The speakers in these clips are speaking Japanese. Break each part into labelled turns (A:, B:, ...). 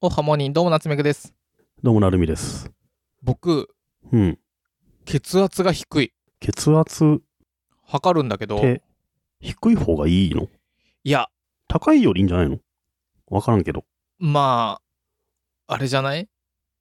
A: おはモーニンどうも夏目くです。
B: どうもなるみです。
A: 僕、
B: うん。
A: 血圧が低い。
B: 血圧っ
A: 測るんだけど、
B: て低い方がいいの
A: いや、
B: 高いよりいいんじゃないのわからんけど。
A: まあ、あれじゃない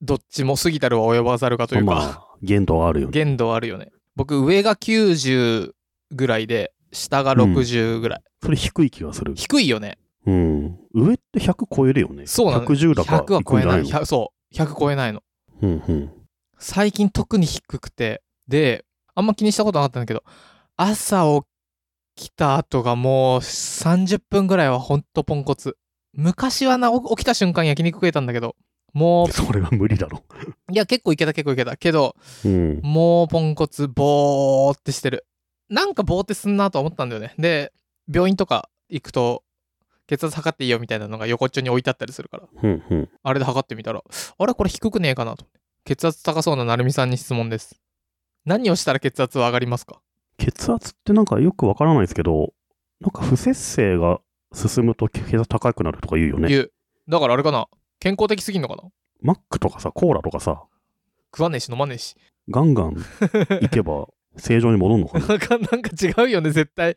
A: どっちも過ぎたるは及ばざるかというか、
B: まあ、限度はあ るよね。
A: 限度あるよね。僕、上が90ぐらいで、下が60ぐらい。
B: それ低い気がする。
A: 低いよね。
B: うん。上って100超えるよね。
A: そうなの。
B: 110だから
A: 100は超えない。
B: 低んじゃ
A: 100そう。100超えないの。
B: ないのうん
A: 最近特に低くて、で、あんま気にしたことなかったんだけど、朝起きた後がもう30分ぐらいはほんとポンコツ。昔はな、お起きた瞬間焼肉食えたんだけど、
B: う
A: も
B: ん。それは無理だろ。
A: う、いや、結構いけた、結構いけた。けど、
B: うん。
A: もうポンコツ、ぼーってしてる。なんかぼーってすんなとは思ったんだよね。で、病院とか行くと、血圧測っていいよみたいなのが横っちょに置いてあったりするから、
B: うんうん。
A: あれで測ってみたら、あれこれ低くねえかなと。血圧高そうな成美さんに質問です。何をしたら血圧は上がりますか
B: 血圧ってなんかよくわからないですけど、なんか不節制が進むと血圧高くなるとか言うよね。
A: 言う。だからあれかな健康的すぎんのかな
B: マックとかさ、コーラとかさ、
A: 食わねえし飲まねえし。
B: ガンガンいけば正常に戻るのかな。
A: なんか なんか違うよね、絶対。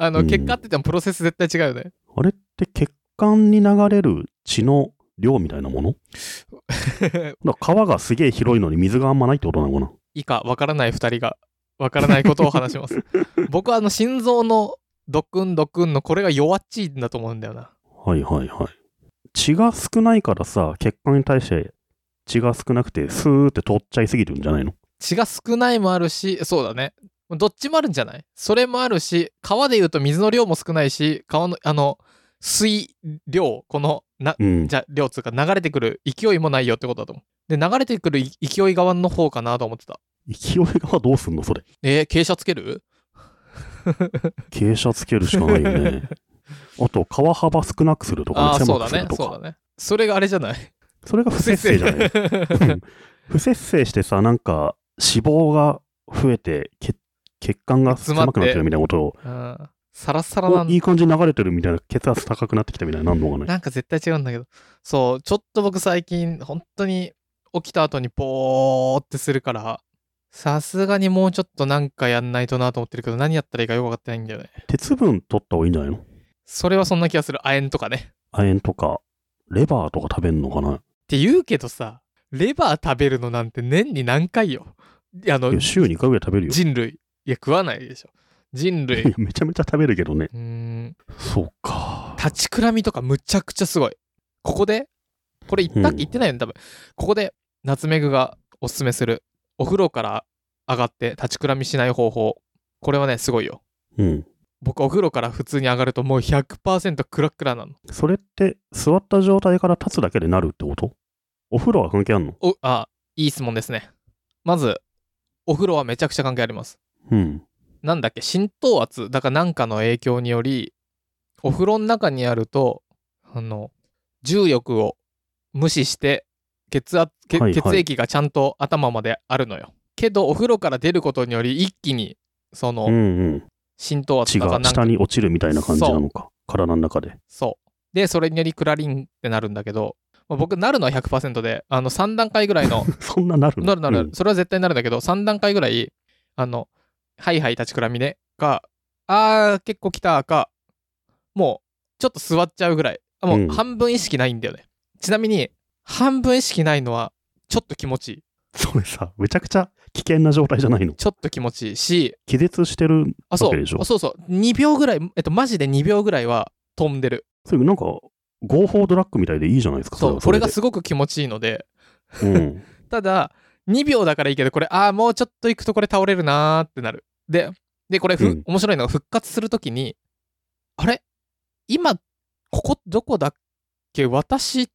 A: あの、
B: うん
A: 結果って言ってもプロセス絶対違うよね。
B: あれって血管に流れる血の量みたいなものだから川がすげえ広いのに水があんまないってことなのかな
A: 以下、わからない2人が、わからないことを話します。僕はあの、心臓のドクンドクンのこれが弱っちいんだと思うんだよな。
B: はいはいはい。血が少ないからさ、血管に対して血が少なくてスーって通っちゃいすぎるんじゃないの
A: 血が少ないもあるし、そうだね。どっちもあるんじゃないそれもあるし、川で言うと水の量も少ないし、川の、あの、水量、この、な、
B: うん。
A: じゃ量つうか流れてくる勢いもないよってことだと思う。で流れてくるい勢い側の方かなと思ってた。
B: 勢いがどうすんのそれ。
A: えー、傾斜つける
B: 傾斜つけるしかないよね。 あと、川幅少なくするとか
A: ああ
B: ね、
A: ーそう
B: 狭く
A: だ
B: する
A: ね
B: と
A: そう
B: か。
A: だね。それがあれじゃない
B: それが不節制じ ゃないうん不節制してさ、なんか脂肪が増えて血血管が狭くなってるみたいなことを
A: うんサラッサラなん
B: おいい感じに流れてるみたいな血圧高くなってきたみたいになんのがね。
A: なんか絶対違うんだけどそうちょっと僕最近本当に起きた後にボーってするからさすがにもうちょっとなんかやんないとなと思ってるけど何やったらいいかよくわかってないんだよね
B: 鉄分取った方がいいんじゃないの
A: それはそんな気がする亜鉛とかね
B: 亜鉛とか、レバーとか食べんのかな
A: って言うけどさレバー食べるのなんて年に何回よあの
B: いや週2回ぐらい食べるよ。
A: 人類いや食わないでしょ人類
B: いやめちゃめちゃ食べるけどね。
A: うーん
B: そうか。
A: 立ちくらみとかむちゃくちゃすごいここでこれ言ったっ
B: う
A: け
B: ん
A: 言ってないよね多分ここで夏目具がおすすめするお風呂から上がって立ちくらみしない方法これはねすごいよ
B: うん。
A: 僕お風呂から普通に上がるともう100%クラクラなの
B: それって、座った状態から立つだけでなるってことお風呂は関係あんの
A: おあいい質問ですねまずお風呂はめちゃくちゃ関係あります
B: うん。
A: なんだっけ浸透圧だからなんかの影響によりお風呂の中にあるとあの重力を無視して血圧け
B: はいはい
A: 血液がちゃんと頭まであるのよ、けどお風呂から出ることにより一気にそ
B: うん
A: の
B: うん。
A: 浸透圧
B: 血
A: だから
B: が
A: なんか
B: 下に落ちるみたいな感じなのか。体の中で。
A: そうでそれによりクラリンってなるんだけど、まあ僕なるのは100%であの3段階ぐらいの
B: そんななるの
A: なるなるなる、
B: うん
A: それは絶対なるんだけど3段階ぐらいあの「はいはい立ちくらみね」か「あー結構来た」かもうちょっと座っちゃうぐらいあも
B: う
A: うん半分意識ないんだよね、ちなみに半分意識ないのはちょっと気持ちいい
B: それさ、めちゃくちゃ危険な状態じゃないの
A: ちょっと気持ちいいし
B: 気絶してる。
A: あそ
B: わ
A: う
B: けでしょ
A: あそうそう2秒ぐらいえっとマジで2秒ぐらいは飛んでる
B: それなんか、合法ドラッグみたいでいいじゃないですか。
A: そうこ
B: れ
A: れ
B: は
A: がすごく気持ちいいので
B: それでうん。
A: ただ2秒だからいいけどこれああもうちょっと行くとこれ倒れるなーってなるででこれふ、
B: うん
A: 面白いのが復活するときにあれ今ここどこだっけ私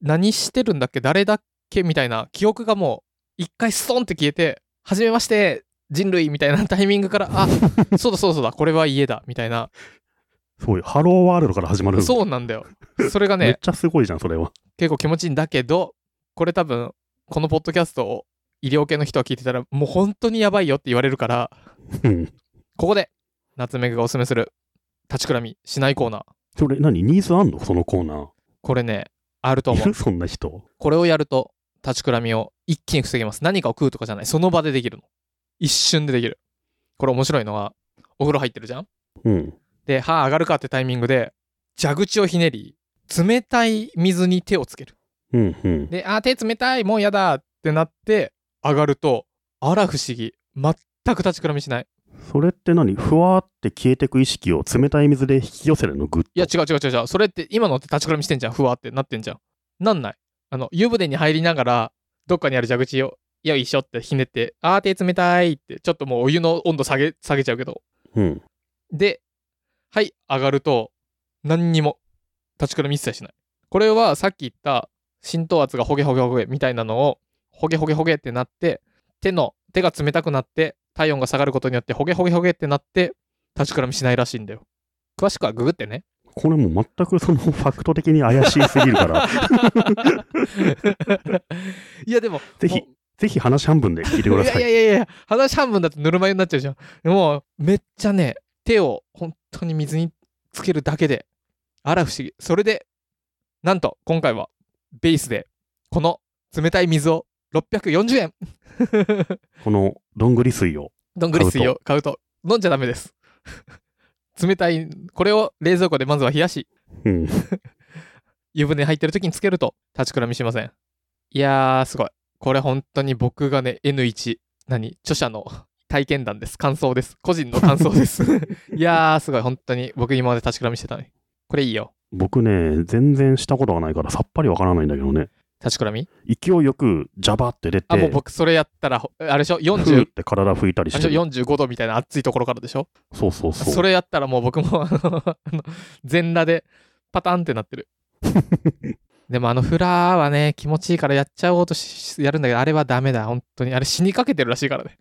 A: 何してるんだっけ誰だっけみたいな記憶がもう一回ストンって消えて「はじめまして人類」みたいなタイミングから「あそうだそうだそうだこれは家だ」みたいな
B: そうよ。ハローワールドから始まる。
A: そうなんだよそれが
B: めっ
A: ね
B: ちゃすごいじゃん、それは。
A: 結構気持ちいいんだけどこれ多分このポッドキャストを医療系の人が聞いてたらもう本当にやばいよって言われるから
B: うん。
A: ここで夏目がおすすめする立ちくらみしないコーナー
B: それ、何ニーズあんのそのコーナー。
A: これねあると
B: い
A: 思う
B: る。 そんな人。
A: これをやると、立ちくらみを一気に防げます。何かを食うとかじゃない。その場でできるの。一瞬でできる。これ面白いのが、お風呂入ってるじゃん
B: うん。
A: で、歯上がるかってタイミングで、蛇口をひねり、冷たい水に手をつける。
B: うんうん。
A: で、あー、手冷たい、もうやだってなって、上がると、あら不思議。全く立ちくらみしない。
B: それって何ふわーって消えてく意識を冷たい水で引き寄せるのグッと。
A: いや、違う違う違う違う。それって今のって立ちくらみしてんじゃん。ふわってなってんじゃん。なんない。あの、湯船に入りながら、どっかにある蛇口を、よいしょってひねって、あー手冷たいって、ちょっともうお湯の温度下げ、下げちゃうけど。
B: うん。
A: で、はい、上がると、何にも、立ちくらみ一切しない。これはさっき言った、浸透圧がほげほげほげみたいなのを、ほげほげほげってなって、手の、手が冷たくなって、体温が下がることによって、ほげほげほげってなって、立ちくらみしないらしいんだよ。詳しくはググってね。
B: これもう全くそのファクト的に怪しすぎ るから、
A: いやでも、
B: ぜひ
A: も
B: ぜひ話半分で聞いてく
A: う
B: だ
A: い
B: さ
A: や
B: い。
A: いやいやいや、話半分だとぬるま湯になっちゃうじゃん。でも、めっちゃね、手を本当に水につけるだけで、あら不思議。それで、なんと今回はベースで、この冷たい水を640円、
B: このどんぐり水を。
A: どんぐり水を買うと、飲んじゃダメ です。冷たい、これを冷蔵庫でまずは冷やし、
B: うん。
A: 湯船に入ってる時につけると立ちくらみしませんいやーすごいこれ本当に僕がね N1 何著者の体験談です感想です個人の感想ですいやーすごい本当に僕今まで立ちくらみしてたのにこれいいよ
B: 僕ね、全然したことがないからさっぱりわからないんだけどね。
A: 立ちくらみ
B: 勢いよくジャバって出て、
A: あもう僕それやったらほあれでしょ
B: ふーっ
A: 40
B: て体拭いたり
A: あ
B: し
A: れで
B: て
A: し
B: る。
A: ょ45度みたいな暑いところからでしょ
B: そうそうそう。
A: それやったらもう僕もあ のあの全裸でパタンってな ってるでもあのフラーはね気持ちいいからやっちゃおうとしやるんだけどあれはダメだ本当にあれ死にかけてるらしいからね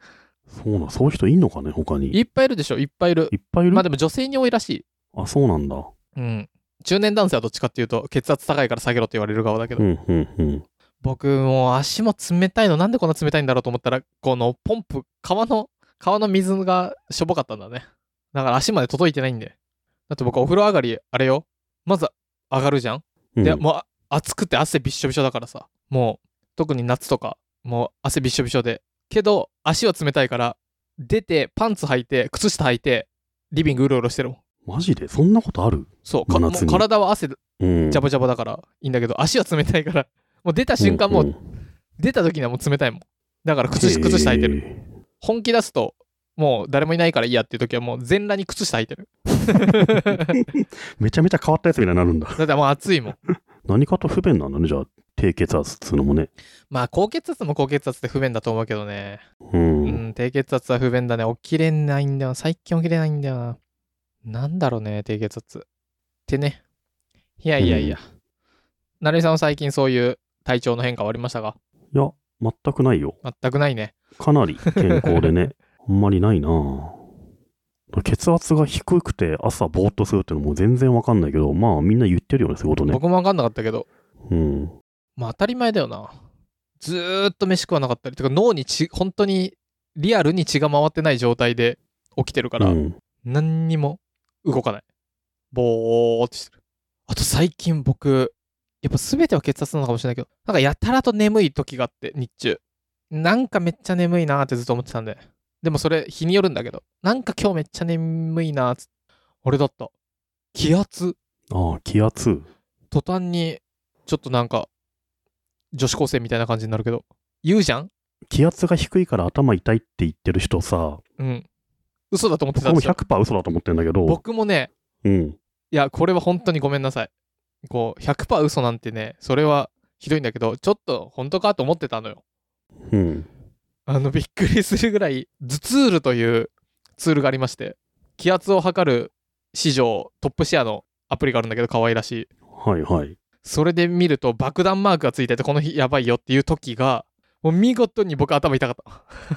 B: そうなん、そういう人いんのかね、他に。
A: い
B: い
A: っぱいいるでしょ、いっぱいいる。
B: っぱいいる、
A: まあでも女性に多いらしい。
B: あ、そうなんだ。
A: うん。中年男性はどっちかっていうと、血圧高いから下げろって言われる側だけど、
B: うんうんうん。
A: 僕もう足も冷たいの、なんでこんな冷たいんだろうと思ったら、このポンプ、川の、川の水がしょぼかったんだね。だから足まで届いてないんで。だって僕お風呂上がり、あれよ、まず上がるじゃん。
B: うん
A: で、もうあ暑くて汗びっしょびしょだからさ、もう特に夏とか、もう汗びっしょびしょで。けど、足は冷たいから、出て、パンツ履いて、靴下履いて、リビングうろうろしてるもん。
B: マジでそんなことある
A: そう、か
B: 真
A: も
B: 夏
A: う
B: に
A: 体は汗ジ
B: うん。
A: ャバジャバだからいいんだけど、足は冷たいから、もう出た瞬間、も
B: ん
A: うん出た時にはもう冷たいもん。だから靴下、靴下履いてる。。本気出すと、もう誰もいないからいいやっていう時はもう全裸に靴下履いてる。
B: へーめちゃめちゃ変わったやつみたいになるんだ。
A: だってもう暑いもん。
B: 何かと不便なんだね、じゃあ、低血圧っつうのもね。
A: まあ高血圧も高血圧で不便だと思うけどね。
B: うん。
A: うん、低血圧は不便だね。起きれないんだよ。最近起きれないんだよな。なんだろうね、低血圧。ってね。いやいやいや。なるみさんは最近そういう体調の変化はありましたか
B: いや、全くないよ。
A: 全くないね。
B: かなり健康でね。 あんまりないなぁ血圧が低くて朝ぼーっとするってのも全然わかんないけど、まあみんな言ってるよね、そういうことね。
A: 僕もわかんなかったけど、
B: うん。
A: まあ当たり前だよな。ずーっと飯食わなかったり、てか脳に血、本当にリアルに血が回ってない状態で起きてるから、
B: うん、
A: 何にも動かない。ぼーっとしてる。あと最近僕、やっぱ全ては血圧なのかもしれないけど、なんかやたらと眠い時があって、日中。なんかめっちゃ眠いなーってずっと思ってたんで。でもそれ日によるんだけど、なんか今日めっちゃ眠いなーっつ俺だった。気圧、
B: ああ、気圧。
A: 途端に、ちょっとなんか、女子高生みたいな感じになるけど、言うじゃん
B: 気圧が低いから頭痛いって言ってる人さ、
A: うん。嘘だと思ってた
B: 僕
A: ん
B: も
A: ですよ。
B: 100%嘘だと思ってんだけど、
A: 僕もね、
B: うん。
A: いや、これは本当にごめんなさい。こう、100%嘘なんてね、それはひどいんだけど、ちょっと本当かと思ってたのよ。
B: うん。
A: あの、びっくりするぐらい、頭ツールというツールがありまして、気圧を測る市場トップシェアのアプリがあるんだけど、可愛らしい。
B: はいはい。
A: それで見ると爆弾マークがついてて、この日やばいよっていう時が、もう見事に僕頭痛かった。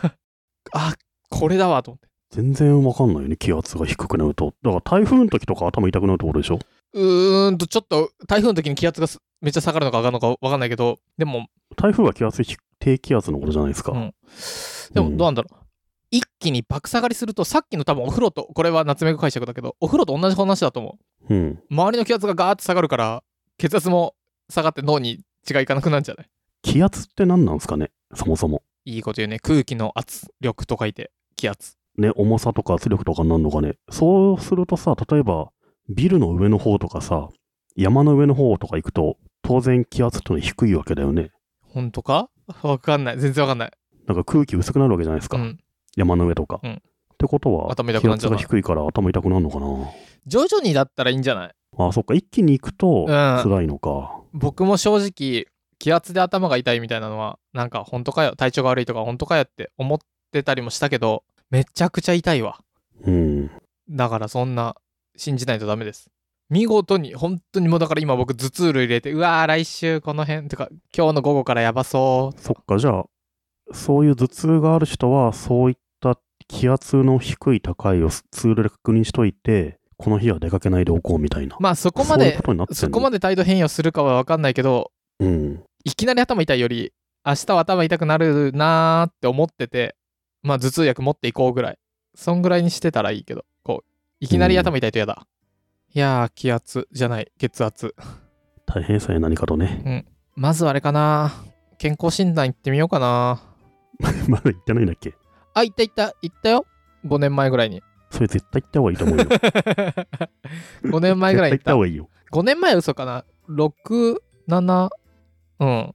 A: あ、これだわと思って。
B: 全然わかんないよね、気圧が低くなると。だから台風の時とか頭痛くなるってことでしょ
A: うーんと、ちょっと台風の時に気圧がすめっちゃ下がるのか上がるのか分かんないけど、でも、
B: 台風は気圧低低気圧のことじゃないですか。
A: うんでもど
B: うん
A: うなんだろう、一気に爆下がりするとさっきの多分お風呂とこれは夏目く解釈だけどお風呂と同じ話だと思う
B: うん。
A: 周りの気圧がガーッと下がるから血圧も下がって脳に血がいかなくなるんじゃない
B: 気圧って何なんですかねそもそも。
A: いいこと言うね。空気の圧力と書いて、気圧。
B: ね、重さとか圧力とかなんのかね。そうするとさ、例えば、ビルの上の方とかさ、山の上の方とか行くと、当然気圧ってのは低いわけだよね。
A: 本当かわかんない。全然わかんない。
B: なんか空気薄くなるわけじゃないです
A: う
B: か。
A: ん。
B: 山の上とか。
A: うん
B: ってことは、
A: 頭痛く
B: 気
A: なっちゃ
B: 圧
A: うな
B: が低いから頭痛くなるのかな。
A: 徐々にだったらいいんじゃない
B: あ、そっか、一気に行くと
A: ん
B: 辛いのか。
A: 僕も正直、気圧で頭が痛いみたいなのは、なんか本当かよ、体調が悪いとか本当かよって思ってたりもしたけど、めちゃくちゃ痛いわ。
B: うん。
A: だからそんな、信じないとダメです。見事に、本当にもうだから今僕頭痛類入れて、うわー来週この辺、とか今日の午後からやばそう。
B: そっか、じゃあ、そういう頭痛がある人は、そういった気圧の低い高いをツールで確認しといて、この日は出かけないでおこうみたいな。
A: まあそこま
B: そういう
A: で
B: こ、とになってんの
A: そこまで態度変容するかはわかんないけど、
B: うん。
A: いきなり頭痛いより、明日は頭痛くなるなーって思ってて、まあ頭痛薬持っていこうぐらい。そんぐらいにしてたらいいけど、こう、いきなり頭痛いと嫌だ。いやー、気圧じゃない、血圧。
B: 大変さえ何かとね。
A: まずあれかな健康診断行ってみようかな
B: まだ言ってないんだっけ
A: あ、行った行った、行ったよ。5年前ぐらい に。
B: それ絶対行った方がいいと思 うよ。
A: 5年前ぐらいに行った
B: 絶対行った方。がいいよ。
A: 5年前は嘘かな ?6、7、うん。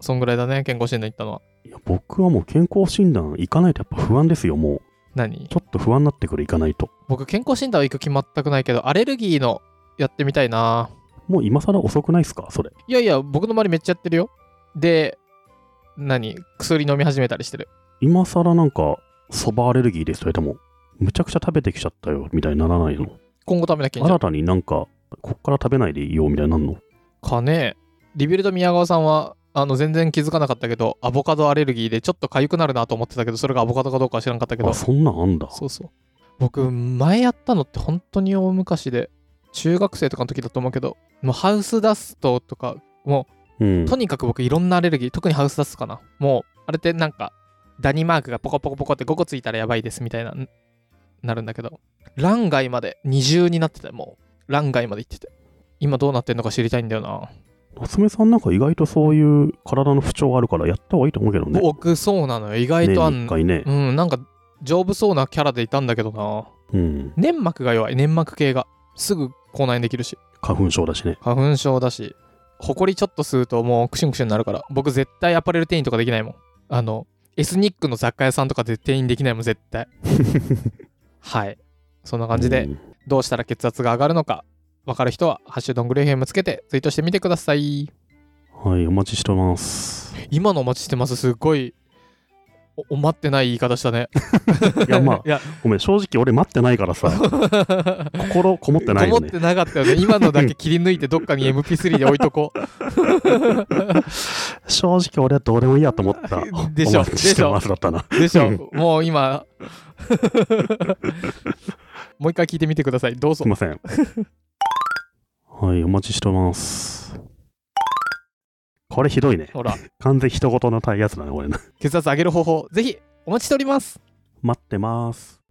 A: そんぐらいだね、健康診断行ったのは。
B: いや僕はもう健康診断行かないとやっぱ不安ですよ、もう。
A: 何
B: ちょっと不安になってくる、行かないと。
A: 僕健康診断は行く気全くないけどアレルギーのやってみたいな
B: もう今更遅くないっすか、それ。
A: いやいや僕の周りめっちゃやってるよで何薬飲み始めたりしてる
B: 今更なんか、そばアレルギーですと言われても、むちゃくちゃ食べてきちゃったよ、みたいにならないの。
A: 今後食べなきゃいいんじゃん
B: 新たになんか、こっから食べないでいいよ、みたいになるの。
A: かねリビルド宮川さんはあの全然気づかなかったけどアボカドアレルギーでちょっと痒くなるなと思ってたけどそれがアボカドかどうかは知らんかったけど
B: あ、そんなんあんだ。
A: そうそう僕前やったのって本当に大昔で中学生とかの時だと思うけどもうハウスダストとかもう
B: うん
A: と。にかく僕いろんなアレルギー特にハウスダストかなもうあれってなんかダニマークがポコポコポコって5個ついたらやばいですみたいなんなるんだけど欄外まで二重になっててもう欄外まで行ってて今どうなってんのか知りたいんだよな、
B: 夏目さんなんか意外とそういう体の不調があるから、やった方がいいと思うけどね。
A: 僕そうなのよ意外
B: 年
A: とあ
B: に
A: ん
B: 一回ね
A: う。んなんか丈夫そうなキャラでいたんだけどな
B: うん。
A: 粘膜が弱い粘膜系がすぐ口内炎できるし
B: 花粉症だしね。
A: 花粉症だしほこりちょっと吸うともうクシュンクシュンになるから僕絶対アパレル店員とかできないもんあのエスニックの雑貨屋さんとかで店員できないもん絶 対はいそんな感じで、
B: うん
A: どうしたら血圧が上がるのか分かる人は「ハッシュドングレーヘム」つけてツイートしてみてください
B: はい、お待ちしてます。
A: 今のお待ちしてますすっごいおお待ってない言い方したね
B: いや、まあ
A: 、いや
B: ごめん、正直俺待ってないからさ、心 こもってないよ
A: 思っ
B: ね。
A: てなかったよね今のだけ切り抜いてどっかに MP3 で置いと こう
B: 正直俺はどうでもいいやと思 った。
A: でしょ
B: お待ちしてますだったな。
A: でし
B: う
A: ょもう今 もう一回聞いてみてくださいどうぞ
B: すいません。はい、お待ちしてます。これひどいね。
A: ほら
B: 完全人事のたいやつだね、これな。
A: 血圧上げる方法ぜひお待ちしております
B: 待ってます。